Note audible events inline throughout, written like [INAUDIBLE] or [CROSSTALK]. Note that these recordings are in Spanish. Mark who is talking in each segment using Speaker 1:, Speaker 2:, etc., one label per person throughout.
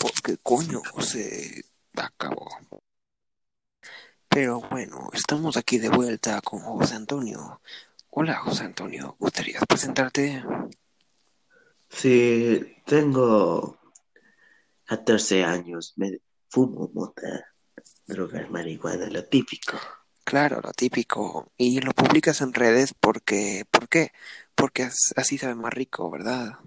Speaker 1: porque coño se acabó. Pero bueno, estamos aquí de vuelta con José Antonio. Hola José Antonio, ¿gustarías presentarte?
Speaker 2: Sí, tengo 14 años, me fumo mota, drogas, marihuana, lo típico.
Speaker 1: Claro, lo típico. Y lo publicas en redes porque, ¿por qué? Porque as- así sabe más rico, ¿verdad?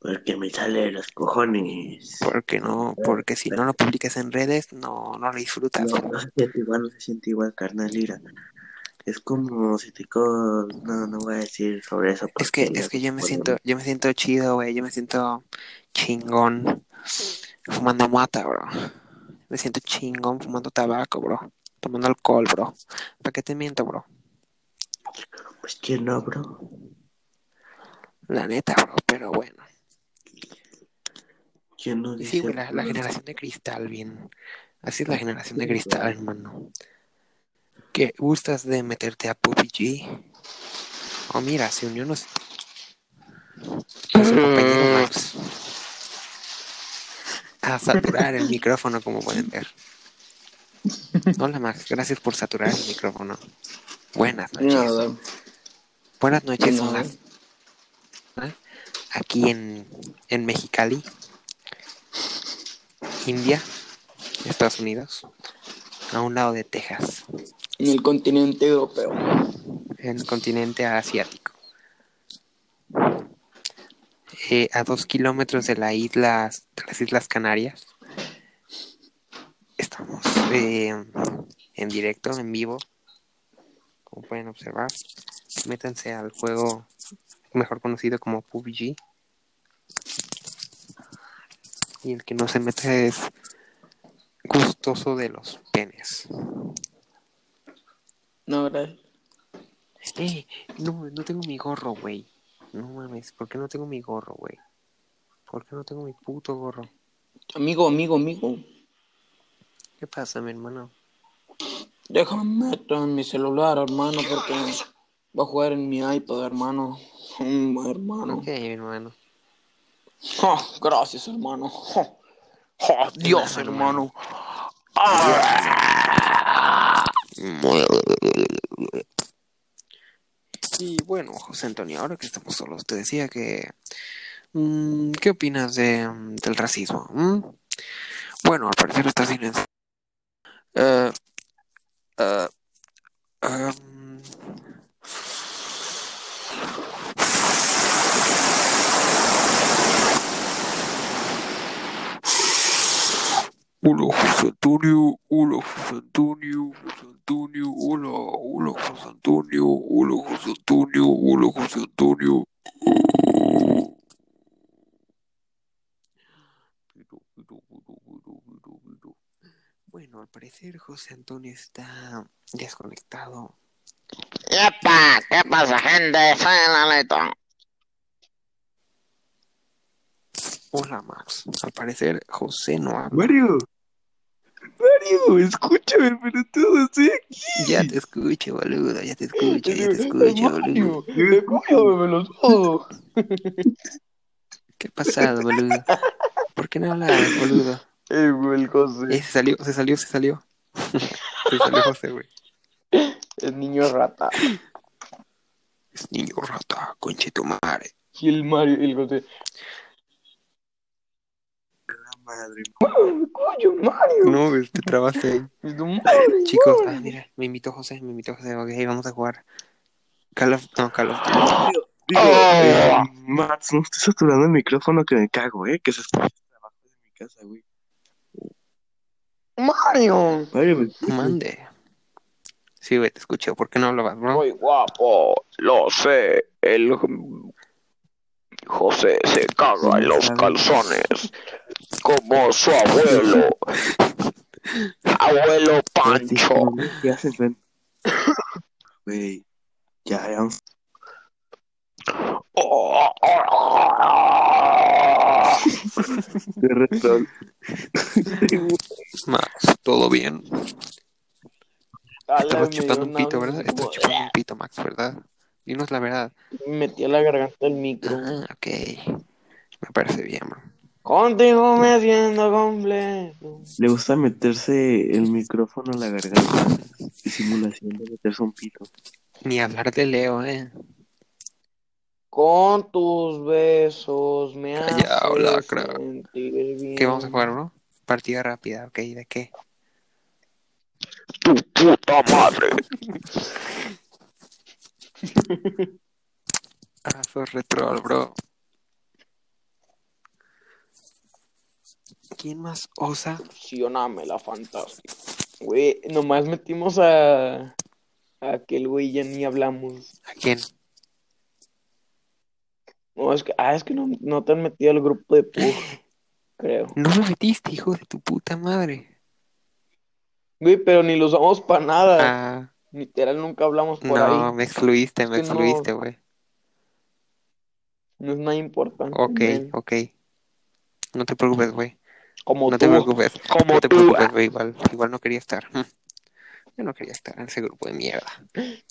Speaker 2: Porque me sale de los cojones.
Speaker 1: Porque no, porque si no lo publicas en redes, no, no lo disfrutas.
Speaker 2: No, no se siente igual, no se siente igual, carnal, mira. Es como si te co... No, no voy a decir sobre eso.
Speaker 1: Es que,
Speaker 2: porque-
Speaker 1: es que yo me siento, yo me siento chido, güey, yo me siento chingón fumando mata, bro. Me siento chingón fumando tabaco, bro. Tomando alcohol, bro. ¿Para qué te miento, bro?
Speaker 2: Pues que no, bro.
Speaker 1: La neta, bro, pero bueno.
Speaker 2: ¿Quién no
Speaker 1: Y
Speaker 2: dice?
Speaker 1: sí, güey, la, la
Speaker 2: bro?
Speaker 1: generación de cristal, bien. Así es la generación de cristal, hermano. ¿Qué gustas de meterte a PUBG? Oh, mira, se unió nos... a su compañero
Speaker 3: Mm.
Speaker 1: Max. A saturar el micrófono, como pueden ver. Hola, Max. Gracias por saturar el micrófono. Buenas noches.
Speaker 3: Nada,
Speaker 1: Buenas noches, son
Speaker 3: nada.
Speaker 1: las- aquí en, en Mexicali, India, Estados Unidos, a un lado de Texas,
Speaker 3: En el continente europeo.
Speaker 1: en el continente asiático. Eh, a dos kilómetros de, la isla, de las Islas Canarias. Estamos eh, en directo, en vivo. Como pueden observar, métanse al juego mejor conocido como PUBG. Y el que no se mete es gustoso de los penes.
Speaker 3: No, gracias.
Speaker 1: Eh, no, no tengo mi gorro, güey. No mames, ¿por qué no tengo mi gorro, güey? ¿Por qué no tengo mi puto gorro?
Speaker 3: Amigo, amigo, amigo.
Speaker 1: ¿Qué pasa, mi hermano?
Speaker 3: Déjame meter en mi celular, hermano, porque va a jugar en mi iPad, hermano. Mm, hermano.
Speaker 1: Ok, mi hermano.
Speaker 3: Ja, gracias, hermano. Ja. Ja, Dios, hermano. Ah.
Speaker 1: Y bueno, José Antonio, ahora que estamos solos, te decía que... mm, ¿Qué opinas de, mm, del racismo? mm? Bueno, al parecer está silenciado. Eh, eh, em, Hola, José Antonio, hola, José Antonio, José Antonio, hola, hola, José Antonio, hola, José Antonio, hola, José Antonio. Bueno, al parecer José Antonio está desconectado.
Speaker 4: ¡Yepa! ¿Qué pasa, gente? Soy el Aleto.
Speaker 1: Hola, Max. Al parecer José no habla.
Speaker 5: Mario. Mario, escúchame, pero todo estoy aquí. Eh,
Speaker 1: Ya te escucho, boludo, ya te escucho, ya te escucho, boludo.
Speaker 3: Escúchame los ojos.
Speaker 1: ¿Qué ha pasado, boludo? ¿Por qué no hablas, boludo?
Speaker 3: Eh, güey, el José.
Speaker 1: Eh, se salió, se salió, se salió. se salió José, güey.
Speaker 3: El niño rata.
Speaker 1: Es niño rata, conche tu madre.
Speaker 3: Y el Mario, el José.
Speaker 5: Madre.
Speaker 3: Escucho, Mario.
Speaker 1: No, güey, te trabaste ahí.
Speaker 3: Es tu madre.
Speaker 1: Chicos, ah, mira, me invitó José, me invitó José, ok, vamos a jugar. Call of, no, Call of Duty.
Speaker 5: Digo,
Speaker 4: Oh.
Speaker 5: eh, Max, no estés saturando el micrófono que me cago, eh, que se está abajo de mi casa, güey.
Speaker 3: Mario.
Speaker 5: Mario, me
Speaker 1: Mande. Sí, güey, te escucho, ¿por qué no hablabas, bro?
Speaker 4: Muy guapo, lo sé. El José se caga en los calzones. Como su abuelo. Abuelo Pancho.
Speaker 5: ¿Qué haces, ven? Güey, ya, ya vamos. de retro.
Speaker 1: [LAUGHS] Max, todo bien. Estabas
Speaker 3: Estaba
Speaker 1: chupando un pito, ¿verdad? Estabas chupando un pito, Max, ¿verdad? Dinos la verdad.
Speaker 3: Metí a la garganta el micro.
Speaker 1: Ah, ok. Me parece bien, bro.
Speaker 3: Contigo me siento completo.
Speaker 5: Le gusta meterse el micrófono a la garganta. Simulación de meterse un pito.
Speaker 1: Ni hablar de Leo, eh.
Speaker 3: Con tus besos me
Speaker 1: Calla,
Speaker 3: haces
Speaker 1: hola, cra-
Speaker 3: sentir bien.
Speaker 1: ¿Qué vamos a jugar, bro? Partida rápida, ok, ¿de qué?
Speaker 4: Tu puta madre.
Speaker 1: Ah, fue retro, bro. ¿Quién más osa?
Speaker 3: Sioname, la fantástica. Güey, nomás metimos a... A aquel güey ya ni hablamos.
Speaker 1: ¿A quién?
Speaker 3: No, es que... Ah, es que no, no te han metido al grupo de Pug,
Speaker 1: [LAUGHS]
Speaker 3: creo.
Speaker 1: No lo metiste, hijo de tu puta madre.
Speaker 3: Güey, pero ni los usamos para nada.
Speaker 1: Ah,
Speaker 3: Literal, nunca hablamos por
Speaker 1: no,
Speaker 3: ahí.
Speaker 1: me excluiste, me
Speaker 3: Es que no-
Speaker 1: excluiste, güey.
Speaker 3: No es nada importante.
Speaker 1: Ok,
Speaker 3: men.
Speaker 1: ok. No te preocupes, güey.
Speaker 3: Como
Speaker 1: No
Speaker 3: tú.
Speaker 1: te preocupes.
Speaker 4: Como
Speaker 1: No te
Speaker 4: tú.
Speaker 1: preocupes, güey. Igual, igual no quería estar. Hm. Yo no quería estar en ese grupo de mierda.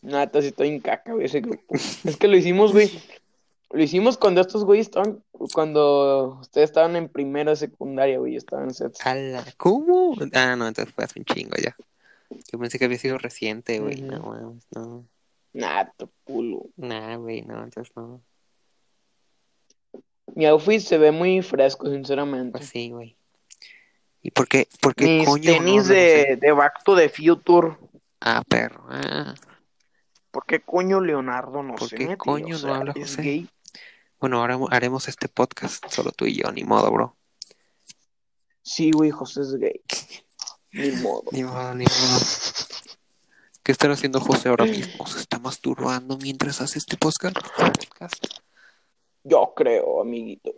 Speaker 3: Nata, sí estoy en caca, güey, ese
Speaker 1: [LAUGHS]
Speaker 3: grupo. Es que lo hicimos, güey. Lo hicimos cuando estos güeyes estaban, cuando ustedes estaban en primera de secundaria, güey, yo estaba en sexto.
Speaker 1: Ala, ¿Cómo? Ah, no, entonces fue hace un chingo ya. Yo pensé que había sido reciente, güey.
Speaker 3: Ujú.
Speaker 1: No, mames, no.
Speaker 3: Nata, culo.
Speaker 1: Nah, güey, no, entonces no.
Speaker 3: Mi outfit se ve muy fresco, sinceramente.
Speaker 1: Pues sí, güey. ¿Y por qué, por qué
Speaker 3: Mis
Speaker 1: coño no
Speaker 3: tenis
Speaker 1: lo usé?
Speaker 3: de, de Back to the Future.
Speaker 1: Ah, perro. Ah.
Speaker 3: ¿Por qué coño Leonardo no
Speaker 1: ¿Por
Speaker 3: se
Speaker 1: qué
Speaker 3: metió?
Speaker 1: coño
Speaker 3: O
Speaker 1: no
Speaker 3: sea,
Speaker 1: habla
Speaker 3: es
Speaker 1: José?
Speaker 3: gay.
Speaker 1: Bueno, ahora haremos este podcast solo tú y yo, ni modo, bro.
Speaker 3: Sí, güey, José es
Speaker 1: [LAUGHS]
Speaker 3: gay. Ni modo.
Speaker 1: Ni modo, ni modo. ¿Qué estará haciendo José ahora mismo? ¿Se está masturbando mientras hace este podcast? podcast?
Speaker 3: Yo creo, amiguito.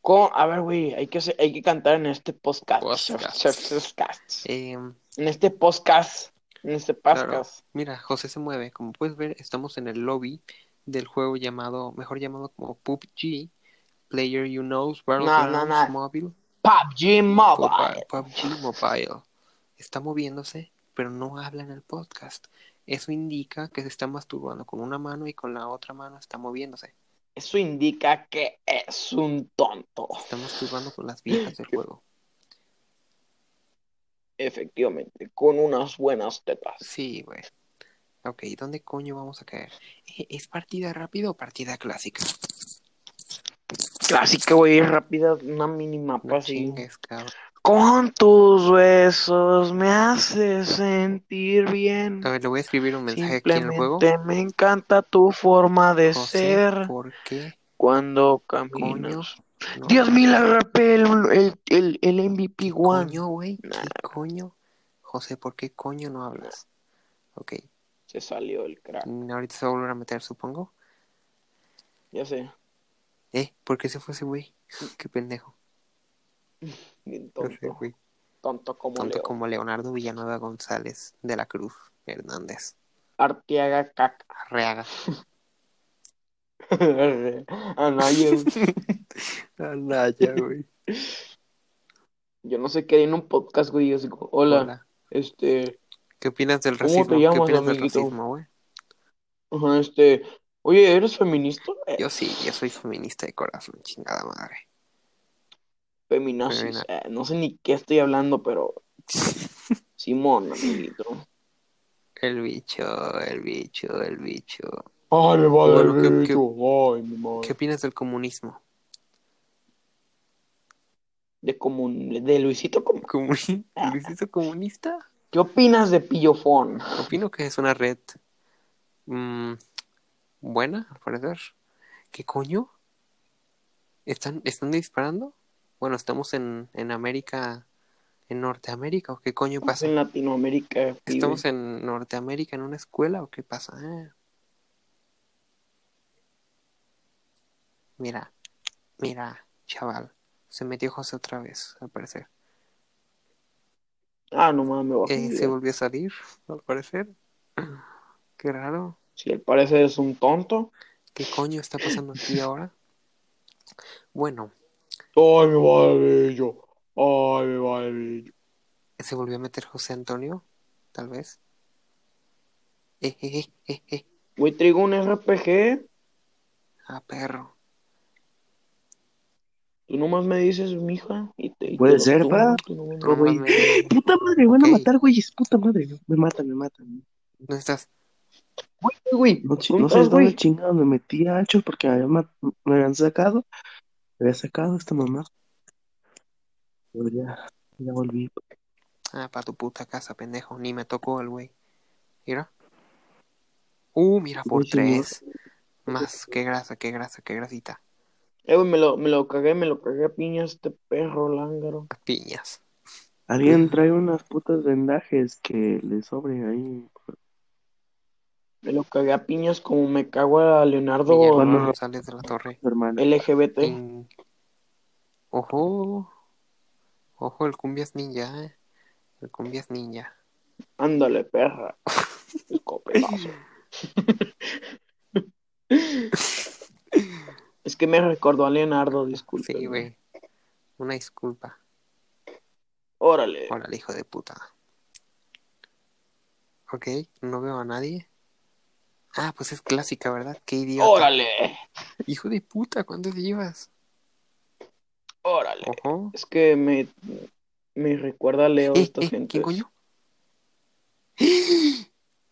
Speaker 3: Con- a ver, güey, hay que, hacer- hay que cantar en este podcast.
Speaker 1: Podcast.
Speaker 3: [LAUGHS] Podcast.
Speaker 1: Eh,
Speaker 3: En este podcast. En este podcast.
Speaker 1: Claro. mira, José se mueve. Como puedes ver, estamos en el lobby del juego llamado, mejor llamado como PUBG, Player You Know, Battlegrounds
Speaker 3: no.
Speaker 1: Mobile.
Speaker 3: PUBG Mobile.
Speaker 1: Popa- PUBG Mobile. Está moviéndose, pero no habla en el podcast. Eso indica que se está masturbando con una mano y con la otra mano está moviéndose.
Speaker 3: Eso indica que es un tonto.
Speaker 1: Está masturbando con las viejas del juego.
Speaker 3: Efectivamente, con unas buenas tetas.
Speaker 1: Sí, güey. Ok, ¿dónde coño vamos a caer? Eh, ¿Es partida rápida o partida clásica?
Speaker 3: Clásica, güey, rápida, una minimapa
Speaker 1: No
Speaker 3: así.
Speaker 1: chingues, cabrón.
Speaker 3: Con tus besos me haces sentir bien.
Speaker 1: A ver, le voy a escribir un mensaje aquí en el juego.
Speaker 3: Simplemente me encanta tu forma de
Speaker 1: José,
Speaker 3: ser
Speaker 1: ¿por qué?
Speaker 3: cuando
Speaker 1: Coño.
Speaker 3: caminas.
Speaker 1: no?
Speaker 3: Dios mío, la rapé el, el, el, el MVP One.
Speaker 1: Coño, güey. ¿Qué
Speaker 3: Nah.
Speaker 1: coño? José, ¿por qué coño no hablas? Ok.
Speaker 3: Se salió el crack.
Speaker 1: Mm, Ahorita se va a volver a meter, supongo.
Speaker 3: Ya sé.
Speaker 1: Eh, ¿por qué se fue ese güey? [LAUGHS] Qué pendejo.
Speaker 3: Bien
Speaker 1: Ese
Speaker 3: tonto.
Speaker 1: güey.
Speaker 3: Tonto como
Speaker 1: Tanto
Speaker 3: Leo.
Speaker 1: como Leonardo Villanueva González de la Cruz Hernández.
Speaker 3: Arteaga caca. [LAUGHS]
Speaker 1: Arreaga.
Speaker 3: Anaya, güey.
Speaker 1: Anaya, güey.
Speaker 3: yo no sé qué hay en un podcast, güey. Yo digo, hola,
Speaker 1: Hola.
Speaker 3: este,
Speaker 1: ¿Qué opinas del
Speaker 3: ¿Cómo te
Speaker 1: racismo? ¿Qué
Speaker 3: llamas,
Speaker 1: opinas del
Speaker 3: amiguito?
Speaker 1: racismo, güey?
Speaker 3: ajá, este, oye, ¿eres feminista? Eh,
Speaker 1: Yo sí, yo soy feminista de corazón, chingada madre. [LAUGHS]
Speaker 3: feminazis.
Speaker 1: femina-
Speaker 3: Eh, no sé ni qué estoy hablando, pero Simón, amiguito.
Speaker 1: El bicho, el bicho, el bicho.
Speaker 3: Ay, me va
Speaker 1: Bueno, ¿qué- qué-
Speaker 3: ay, mi
Speaker 1: ¿Qué
Speaker 3: madre.
Speaker 1: opinas del comunismo?
Speaker 3: De, comun- de Luisito, Comun-
Speaker 1: ¿Comun... ¿Luisito comunista?
Speaker 3: ¿qué opinas de Pillofón?
Speaker 1: Opino que es una red mm, buena, al parecer. ¿Qué coño? ¿Están, están disparando? Bueno, estamos en, en América, en Norteamérica, ¿o qué coño pasa?
Speaker 3: En Latinoamérica, pibe.
Speaker 1: ¿Estamos en Norteamérica en una escuela o qué pasa? Ah. Mira, mira, chaval, se metió José otra vez, al parecer.
Speaker 3: Ah, no mames, me va a
Speaker 1: Eh,
Speaker 3: joder.
Speaker 1: se volvió a salir, al parecer. [CLEARS THROAT] Qué raro.
Speaker 3: Si él parece es un tonto.
Speaker 1: ¿Qué coño está pasando aquí ahora? Bueno,
Speaker 3: Ay, me vale billo. Ay, me vale billo.
Speaker 1: se volvió a meter José Antonio, tal vez. Eh, eh, eh, eh, eh.
Speaker 3: Güey, traigo un RPG.
Speaker 1: Ah, perro.
Speaker 3: Tú nomás me dices, mija, y te... y te
Speaker 2: Puede
Speaker 3: lo
Speaker 2: ser,
Speaker 3: tomo,
Speaker 2: pa.
Speaker 3: tú nomás
Speaker 1: No,
Speaker 3: me-
Speaker 2: güey.
Speaker 1: mames,
Speaker 2: Puta madre, van
Speaker 1: Ok.
Speaker 2: a matar, güey. Es puta madre. Me matan, me matan.
Speaker 1: no estás.
Speaker 3: Güey,
Speaker 2: No, chi-
Speaker 3: ¿Dónde
Speaker 2: no sé
Speaker 3: estás,
Speaker 2: dónde
Speaker 3: güey?
Speaker 2: chingado me metí a hachos porque me habían, ma- me habían sacado. Me había sacado esta mamá. Pero ya, ya volví.
Speaker 1: Ah, para tu puta casa, pendejo. Ni me tocó el güey. Mira. Uh, mira, por
Speaker 2: Güey, sí, no.
Speaker 1: tres. Más, qué grasa, qué grasa, qué grasita.
Speaker 3: Eh, güey, me lo, me lo cagué, me lo cagué a piña este perro lángaro.
Speaker 1: Las piñas.
Speaker 2: Alguien trae unas putas vendajes que le sobren ahí.
Speaker 3: Me lo cagué a piñas como me cago a Leonardo
Speaker 1: Guillermo
Speaker 2: no.
Speaker 1: González de la Torre.
Speaker 2: Hermano.
Speaker 3: LGBT.
Speaker 1: Mm. Ojo. Ojo, el cumbia es ninja, eh. El cumbia es ninja. Oh, [LAUGHS]
Speaker 3: Ándale, perra. El copelazo. es que me recordó a Leonardo, disculpe.
Speaker 1: Sí, güey. Una disculpa.
Speaker 3: Órale.
Speaker 1: Órale, hijo de puta. Ok, no veo a nadie. Ah, pues es clásica, ¿verdad? Qué idiota.
Speaker 3: Órale.
Speaker 1: Hijo de puta, ¿cuánto te llevas?
Speaker 3: Órale.
Speaker 1: Ojo.
Speaker 3: Es que me, me recuerda a Leo
Speaker 1: Eh,
Speaker 3: esta
Speaker 1: eh,
Speaker 3: gente.
Speaker 1: ¿Quién coño?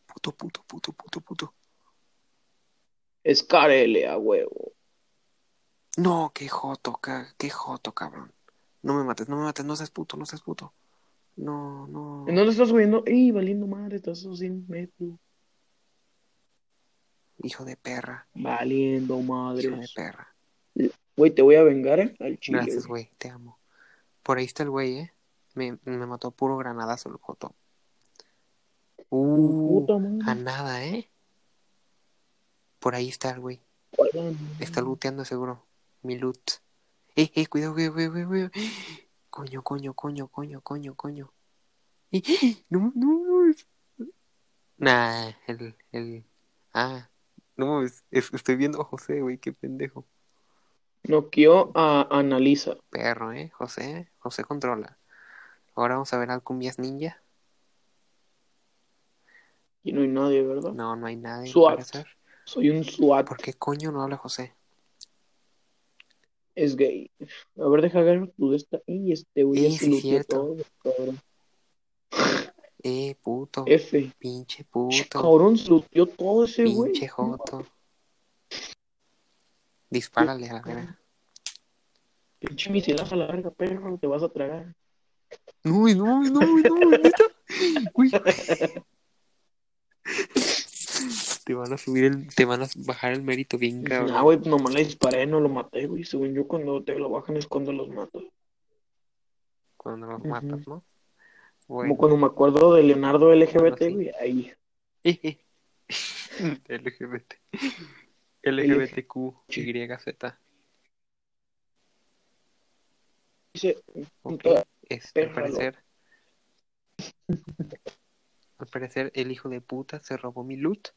Speaker 1: Puto, puto, puto, puto, puto.
Speaker 3: Es Carele, a huevo.
Speaker 1: No, qué joto, ca- qué joto, cabrón. No me mates, no me mates, no seas puto, no seas puto. No, no.
Speaker 3: ¿En dónde estás viendo? ¡Ey, valiendo madre! Estás a 100 metros.
Speaker 1: Hijo de perra,
Speaker 3: Valiendo
Speaker 1: hijo de
Speaker 3: madre.
Speaker 1: perra.
Speaker 3: Güey, te voy a vengar, ¿eh? Al chile.
Speaker 1: Gracias,
Speaker 3: güey.
Speaker 1: güey, te amo. Por ahí está el güey, ¿eh? Me, me mató puro granadazo el joto. Uh,
Speaker 3: Puta
Speaker 1: a
Speaker 3: madre.
Speaker 1: nada, ¿eh? Por ahí está el güey. Está looteando seguro. Mi loot. Eh, eh, cuidado, güey, güey, güey, güey. Coño, coño, coño, coño, coño, coño. Eh, eh, no, no, no. es- Nah, el, el. Ah, no, es- es- estoy viendo a José, güey, qué pendejo.
Speaker 3: Noqueó a Analisa.
Speaker 1: Perro, ¿eh? José, José controla. Ahora vamos a ver al Cumbias Ninja.
Speaker 3: Y no hay nadie, ¿verdad?
Speaker 1: No, no hay nadie,
Speaker 3: Suat.
Speaker 1: al parecer.
Speaker 3: Soy un SWAT.
Speaker 1: ¿Por qué coño no habla José?
Speaker 3: Es gay. A ver, deja ver tu de esta. Y este güey
Speaker 1: Ey,
Speaker 3: ya se
Speaker 1: sí,
Speaker 3: lució
Speaker 1: cierto.
Speaker 3: todo, cabrón.
Speaker 1: Eh, puto,
Speaker 3: F.
Speaker 1: pinche
Speaker 3: Che,
Speaker 1: puto,
Speaker 3: Cabrón, se lució todo ese güey.
Speaker 1: pinche joto. Dispárale a la verga.
Speaker 3: Pinche misilazo a la verga, perro. Te vas a tragar.
Speaker 1: No, güey, no, güey, no, güey, no, güey, neta. Güey. Te van a subir el, te van a bajar el mérito bien cabrón.
Speaker 3: No, "Ah, güey, nomás le disparé, no lo maté, güey. Según yo, cuando te lo bajan es cuando los mato.
Speaker 1: cuando los
Speaker 3: Ujú.
Speaker 1: matas, ¿no?
Speaker 3: Como
Speaker 1: Bueno.
Speaker 3: cuando me acuerdo de Leonardo
Speaker 1: Bueno,
Speaker 3: LGBT,
Speaker 1: sí.
Speaker 3: güey. Ahí.
Speaker 1: [LAUGHS] LGBT. LGBTQ, YZ.
Speaker 3: Dice,
Speaker 1: Ok,
Speaker 3: Toda
Speaker 1: es, al
Speaker 3: perra
Speaker 1: parecer. Al parecer, el hijo de puta se robó mi loot.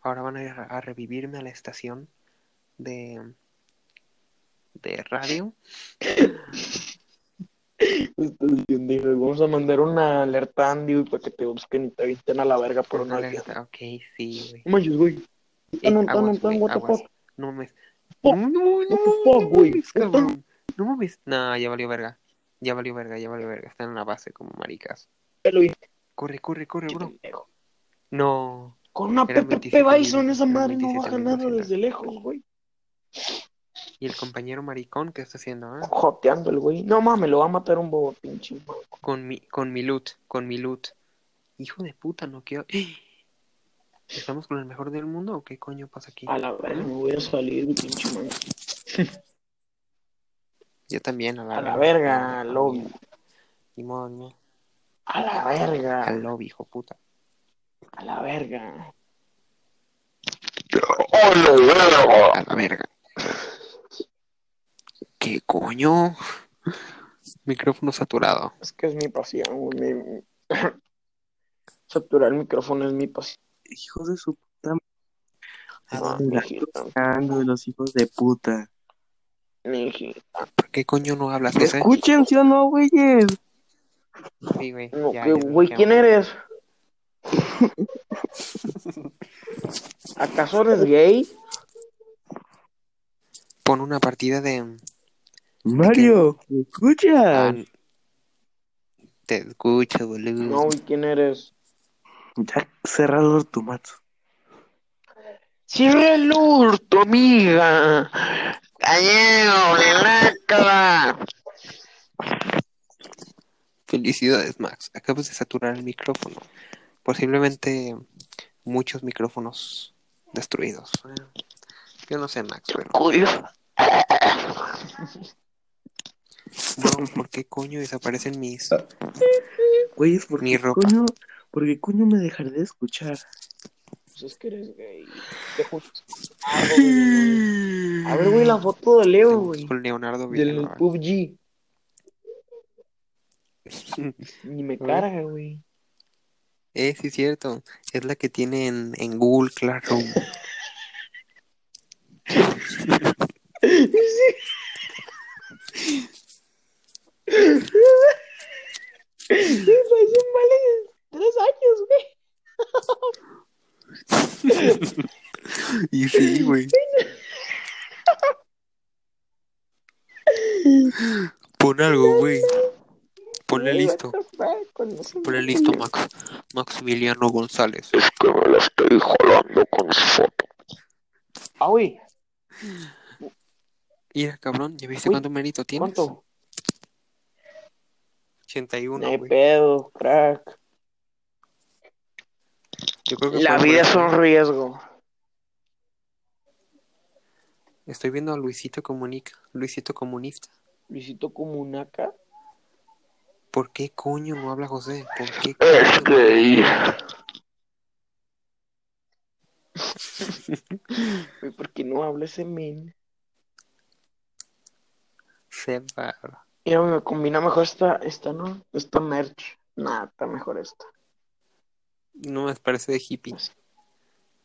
Speaker 1: Ahora van a ir a a revivirme a la estación de. de radio.
Speaker 3: estás bien, dijo, vamos a mandar una alerta a Andy, güey, para que te busquen y te avisten a la verga por
Speaker 1: Una
Speaker 3: una vez.
Speaker 1: alerta, Ok, sí, güey.
Speaker 3: No manches, güey.
Speaker 1: Eh,
Speaker 3: Tan, tan,
Speaker 1: aguas,
Speaker 3: tan,
Speaker 1: güey,
Speaker 3: what the
Speaker 1: aguas.
Speaker 3: fuck.
Speaker 1: No mames.
Speaker 3: Fuck.
Speaker 1: No, no,
Speaker 3: What the
Speaker 1: no,
Speaker 3: fuck,
Speaker 1: no
Speaker 3: güey.
Speaker 1: mames,
Speaker 3: What the-
Speaker 1: cabrón. No mames. Nah, ya valió verga. Ya valió verga, ya valió verga. Están en la base como maricas.
Speaker 3: Pelo, güey,
Speaker 1: Corre, corre, corre, bro.
Speaker 3: pendejo.
Speaker 1: No.
Speaker 3: Con una
Speaker 1: Eran
Speaker 3: PPP
Speaker 1: 27.000,
Speaker 3: Bison, esa
Speaker 1: eran
Speaker 3: madre no baja
Speaker 1: 27.000
Speaker 3: nada
Speaker 1: doscientos.
Speaker 3: desde lejos, güey.
Speaker 1: ¿Y el compañero maricón qué está haciendo? ah?
Speaker 3: Joteando el güey. No mames, lo va a matar un bobo, pinche. madre.
Speaker 1: Con mi, con mi loot, con mi loot. Hijo de puta, no quiero. [GASPS] ¿Estamos con el mejor del mundo o qué coño pasa aquí?
Speaker 3: A la verga, me voy a salir, pinche madre.
Speaker 1: Yo también, a la
Speaker 3: A la
Speaker 1: Yo
Speaker 3: verga, al
Speaker 1: también.
Speaker 3: lobby.
Speaker 1: Ni modo, ni modo.
Speaker 3: A la verga.
Speaker 1: Al lobby, hijo puta.
Speaker 3: A la verga.
Speaker 4: ¡Ole, verga!
Speaker 1: A la verga. ¿Qué coño? Micrófono saturado.
Speaker 3: Es que es mi pasión, güey. mi- [LAUGHS] Saturar el micrófono es mi pasión.
Speaker 2: Hijos de su puta
Speaker 1: Ah,
Speaker 2: madre. Hablando de los hijos de puta.
Speaker 3: Niji.
Speaker 1: ¿Por qué coño no hablas,
Speaker 2: ¿Me
Speaker 1: José?
Speaker 2: escuchan, sí o no, güeyes?
Speaker 1: Sí, güey.
Speaker 3: No,
Speaker 1: ya,
Speaker 3: que,
Speaker 1: ya
Speaker 3: güey,
Speaker 1: bloqueamos. [LAUGHS]
Speaker 3: ¿quién eres? ¿Acaso eres gay?
Speaker 1: Pon una partida de.
Speaker 5: Mario, ¿me escuchas?
Speaker 1: Ah, te escucho, boludo.
Speaker 3: No, ¿y quién eres?
Speaker 5: Ya cerrado tu mato.
Speaker 4: Cierra el hurto, amiga. Gallego, relácala.
Speaker 1: Felicidades, Max. Acabas de saturar el micrófono. Posiblemente muchos micrófonos destruidos. Eh, Yo no sé, Max, pero
Speaker 4: Cuyo.
Speaker 1: no, ¿por qué coño desaparecen mis?
Speaker 5: Güey, es porque
Speaker 1: Mi ropa.
Speaker 5: coño, porque coño me dejaré de escuchar.
Speaker 3: Pues es que eres gay. Te juzgo. Ah, güey. A ver, güey, la foto de Leo, güey.
Speaker 1: Con Leonardo
Speaker 3: Del
Speaker 1: Villalobos.
Speaker 3: PUBG.
Speaker 1: Mm.
Speaker 3: Ni me carga, güey.
Speaker 1: Eh, sí, cierto. Es la que tiene en, en Google Classroom.
Speaker 3: Sí, güey, sí, vale pues, tres años, güey.
Speaker 1: [LAUGHS] Y sí, güey. Pon algo, güey. Ponle
Speaker 3: Güey,
Speaker 1: listo.
Speaker 3: what the fuck, con eso
Speaker 1: Ponle
Speaker 3: no
Speaker 1: listo,
Speaker 3: me-
Speaker 1: Max. Maximiliano González.
Speaker 4: Es que me la estoy jalando con su foto.
Speaker 3: Ah, güey,
Speaker 1: Mira, cabrón, ¿ya viste
Speaker 3: Uy,
Speaker 1: cuánto mérito tienes?
Speaker 3: ¿cuánto?
Speaker 1: 81,
Speaker 3: De
Speaker 1: güey.
Speaker 3: pedo, crack.
Speaker 1: Yo creo que
Speaker 3: La
Speaker 1: fue
Speaker 3: vida
Speaker 1: por
Speaker 3: es
Speaker 1: eso.
Speaker 3: un riesgo.
Speaker 1: Estoy viendo a Luisito Comunica. Luisito Comunista.
Speaker 3: Luisito Comunaca.
Speaker 1: ¿Por qué coño no habla José? ¿Por qué
Speaker 4: Es
Speaker 1: coño?
Speaker 4: gay.
Speaker 3: Güey, ¿por qué no habla ese men?
Speaker 1: Se va.
Speaker 3: Mira, me combina mejor esta, esta, ¿no? Esta merch. Nah, está mejor esta.
Speaker 1: No me parece de hippie.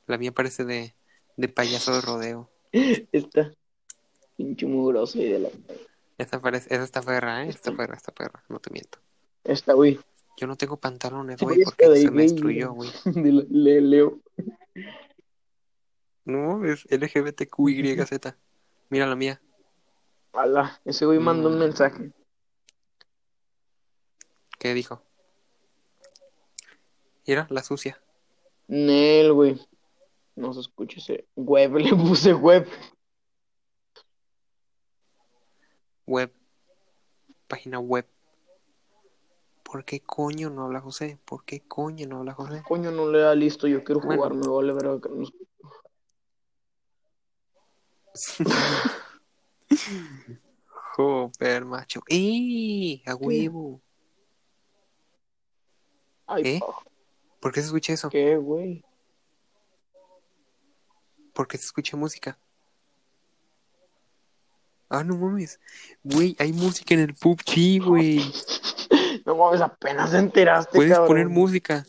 Speaker 1: La mía parece de, de payaso de rodeo.
Speaker 3: Esta. Pinche mugroso y de la...
Speaker 1: Esa, parece, esa está perra, ¿eh? Esta perra, esta perra. No te miento.
Speaker 3: Esta, güey. [LAUGHS]
Speaker 1: Yo no tengo pantalones,
Speaker 3: Oye,
Speaker 1: güey,
Speaker 3: es
Speaker 1: porque
Speaker 3: que de
Speaker 1: se me
Speaker 3: gay,
Speaker 1: destruyó,
Speaker 3: güey.
Speaker 1: güey.
Speaker 3: De la- le- Leo.
Speaker 1: No, es LGBTQYZ. Mira la mía.
Speaker 3: Ala, ese güey mandó
Speaker 1: Mm.
Speaker 3: un mensaje.
Speaker 1: ¿Qué dijo? Mira, la sucia.
Speaker 3: Nel, güey. No se escucha ese. Web, [LAUGHS] le puse web.
Speaker 1: Web. Página web. ¿Por qué coño no habla José? ¿Por qué coño no habla José?
Speaker 3: Coño, no le da listo. Yo quiero
Speaker 1: Bueno.
Speaker 3: jugar, me vale verga que no-
Speaker 1: Joder, macho. ¡Ey! ¡A huevo!
Speaker 3: Ay,
Speaker 1: ¿Eh?
Speaker 3: pa,
Speaker 1: ¿Por qué se escucha eso?
Speaker 3: ¿qué, güey? [LAUGHS]
Speaker 1: ¿Por qué se escucha música? Ah, no mames. Güey, hay música en el PUBG, güey.
Speaker 3: No mames, apenas te enteraste,
Speaker 1: Puedes
Speaker 3: cabrón.
Speaker 1: poner música.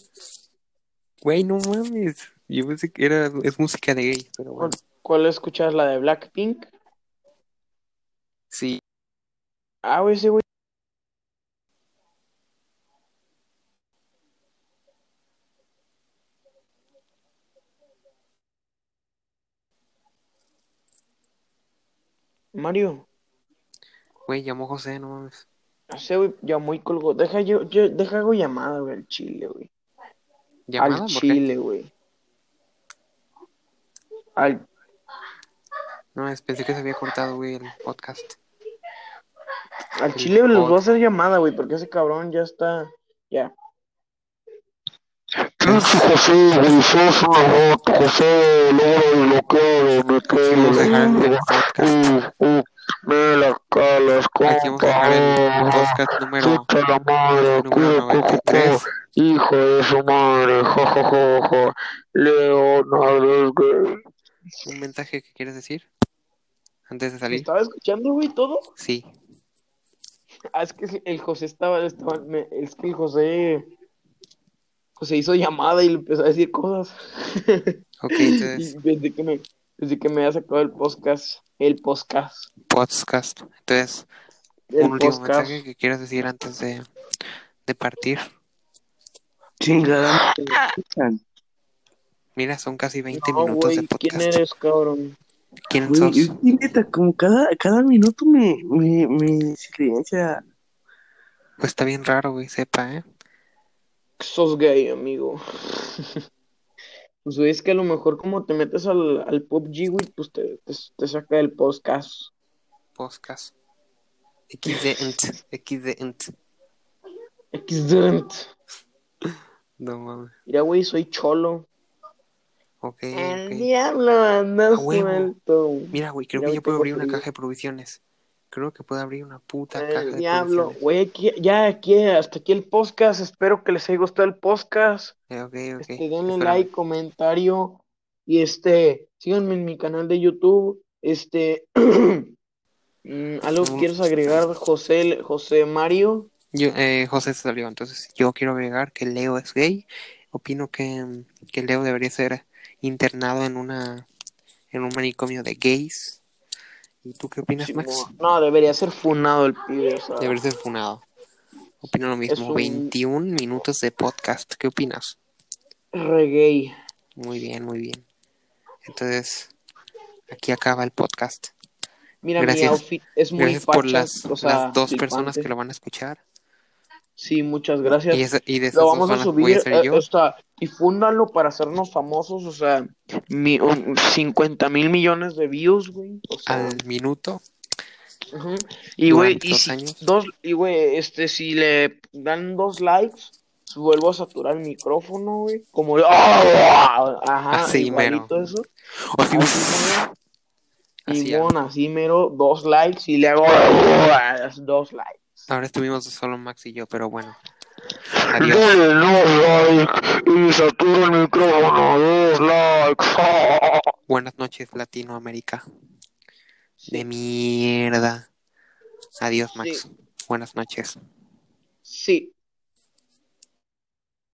Speaker 1: Güey, no mames. Yo pensé que era, es música de gay, pero bueno.
Speaker 3: ¿Cuál, cuál escuchas? ¿La de Blackpink?
Speaker 1: Sí.
Speaker 3: Ah, güey, ese güey. Mario,
Speaker 1: Güey, llamó José, no mames.
Speaker 3: ese güey ya muy colgó. Deja yo, yo, deja hago llamada, güey, al chile, güey.
Speaker 1: ¿Llamada?
Speaker 3: al
Speaker 1: ¿Por qué?
Speaker 3: chile, güey. Al...
Speaker 1: No, es- pensé que se había cortado, güey, el podcast.
Speaker 3: Al chile les voy a hacer llamada, güey, porque ese cabrón ya está. Ya.
Speaker 4: Pinche José, güey, sos una bot, José, luego lo bloqueo, me quedo
Speaker 1: Vamos a dejar el
Speaker 4: loco.
Speaker 1: podcast.
Speaker 4: Uh, uh, me la calas,
Speaker 1: Aquí vamos a dejar el
Speaker 4: compa.
Speaker 1: podcast número,
Speaker 4: Chuta oh, la madre,
Speaker 1: número
Speaker 4: cu, cu, cu, cu.
Speaker 1: 93.
Speaker 4: Hijo de su madre, jojojojo. Leonardo es gay.
Speaker 1: ¿Un mensaje que quieres decir? Antes de
Speaker 3: ¿Me
Speaker 1: salir.
Speaker 3: estaba escuchando, güey, todo?
Speaker 1: Sí.
Speaker 3: Ah, es que el José estaba, estaba- me- es que el José, José hizo llamada y le empezó a decir cosas.
Speaker 1: Ok,
Speaker 3: [LAUGHS] y
Speaker 1: entonces,
Speaker 3: desde que me, desde que me había sacado el podcast, el podcast,
Speaker 1: podcast. Entonces,
Speaker 3: el
Speaker 1: un último
Speaker 3: podcast.
Speaker 1: mensaje que quieras decir antes de, de partir.
Speaker 5: Chingada. madre, ¿me escuchan?
Speaker 1: Mira, son casi 20
Speaker 3: No,
Speaker 1: minutos
Speaker 3: güey,
Speaker 1: de
Speaker 3: ¿quién
Speaker 1: podcast.
Speaker 3: eres, cabrón?
Speaker 1: ¿Quién
Speaker 5: Güey,
Speaker 1: sos?
Speaker 5: es que neta, como cada, cada minuto me, me, me dice creencia.
Speaker 1: Pues está bien raro, güey, sepa, ¿eh?
Speaker 3: Sos gay, amigo. [LAUGHS] Pues güey, es que a lo mejor como te metes al, al PUBG, güey, pues te, te, te saca del podcast.
Speaker 1: Podcast. XD ent, XD ent.
Speaker 3: Excellent.
Speaker 1: No mames.
Speaker 3: Mira, güey, soy cholo.
Speaker 1: Ok,
Speaker 3: El
Speaker 1: ok.
Speaker 3: diablo anda
Speaker 1: A huevo.
Speaker 3: suelto.
Speaker 1: Mira, güey, creo
Speaker 3: Mira,
Speaker 1: que
Speaker 3: hoy
Speaker 1: yo puedo
Speaker 3: tengo
Speaker 1: abrir una
Speaker 3: frío.
Speaker 1: caja de provisiones. Creo que puedo abrir una puta caja
Speaker 3: El
Speaker 1: de
Speaker 3: Eh, diablo.
Speaker 1: provisiones.
Speaker 3: Güey, aquí, ya aquí, hasta aquí el podcast. Espero que les haya gustado el podcast.
Speaker 1: Eh, ok, ok.
Speaker 3: Este, denle
Speaker 1: espérame.
Speaker 3: like, comentario y este, síganme en mi canal de YouTube. Este, [CLEARS THROAT] mm, algo que quieres
Speaker 1: pues,
Speaker 3: agregar, José, José Mario.
Speaker 1: Yo, eh, José se salió, entonces yo quiero agregar que Leo es gay. Opino que, mm, que Leo debería ser internado en una en un manicomio de gays. ¿Y tú qué opinas, Max?
Speaker 3: No, debería ser funado el pibe. o sea,
Speaker 1: Debería ser funado. Opino lo mismo.
Speaker 3: un-
Speaker 1: 21 minutos de podcast. ¿Qué opinas?
Speaker 3: re gay.
Speaker 1: Muy bien, muy bien. Entonces, aquí acaba el podcast.
Speaker 3: Mira,
Speaker 1: Gracias.
Speaker 3: mi outfit es muy
Speaker 1: Gracias por
Speaker 3: facha,
Speaker 1: las,
Speaker 3: o sea,
Speaker 1: las dos
Speaker 3: flipante.
Speaker 1: personas que lo van a escuchar.
Speaker 3: Sí, muchas
Speaker 1: Y,
Speaker 3: gracias.
Speaker 1: esa- y de esas dos
Speaker 3: Lo vamos a
Speaker 1: van las- voy
Speaker 3: subir,
Speaker 1: a ser
Speaker 3: eh,
Speaker 1: yo.
Speaker 3: o sea, difúndanlo para hacernos famosos, o sea, mi, un- 50 mil millones de views, güey. o sea,
Speaker 1: al minuto.
Speaker 3: Ujú. Y
Speaker 1: Ah, Durante
Speaker 3: güey, y
Speaker 1: dos
Speaker 3: si
Speaker 1: años.
Speaker 3: dos, y güey, este, si le dan dos likes, vuelvo a saturar el micrófono, güey. Como ¡ah! ajá,
Speaker 1: Así
Speaker 3: igualito eso.
Speaker 1: Así,
Speaker 3: Así,
Speaker 1: así,
Speaker 3: Simón, así mero, dos likes y le hago ¡ah! dos likes.
Speaker 1: Ahora estuvimos solo Max y yo, pero bueno. Adiós.
Speaker 4: Dale dos likes y satura el micrófono. Dos likes.
Speaker 1: Buenas noches, Latinoamérica.
Speaker 3: Sí,
Speaker 1: De mierda. Adiós, Max. Buenas noches.
Speaker 3: sí.